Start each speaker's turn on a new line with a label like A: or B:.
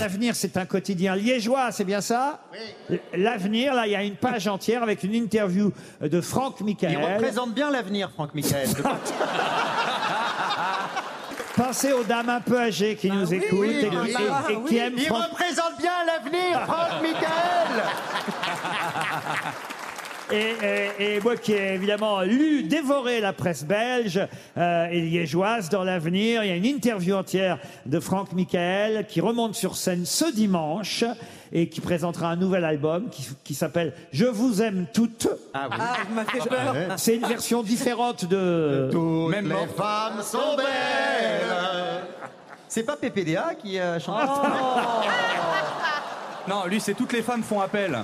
A: L'Avenir, c'est un quotidien liégeois, c'est bien ça Oui. L'Avenir, là, il y a une page entière avec une interview de Franck
B: Il
A: Michael. Ah
B: représente bien l'avenir, Franck Michael.
A: Pensez aux dames un peu âgées qui nous écoutent
B: oui,
A: et,
B: bah
A: et-
B: bah
A: et qui aiment
B: Il
A: Franck
B: représente bien l'avenir, Franck Michael.
A: Et, et, et moi qui ai évidemment lu, dévoré la presse belge euh, et liégeoise dans l'avenir, il y a une interview entière de Franck Michael qui remonte sur scène ce dimanche et qui présentera un nouvel album qui, qui s'appelle Je vous aime toutes.
C: Ah, il m'a fait peur.
A: C'est une version différente de...
B: Toutes les femmes sont belles. C'est pas PPDA qui euh,
A: Ah,
B: chante
D: Non, lui, c'est toutes les femmes font appel.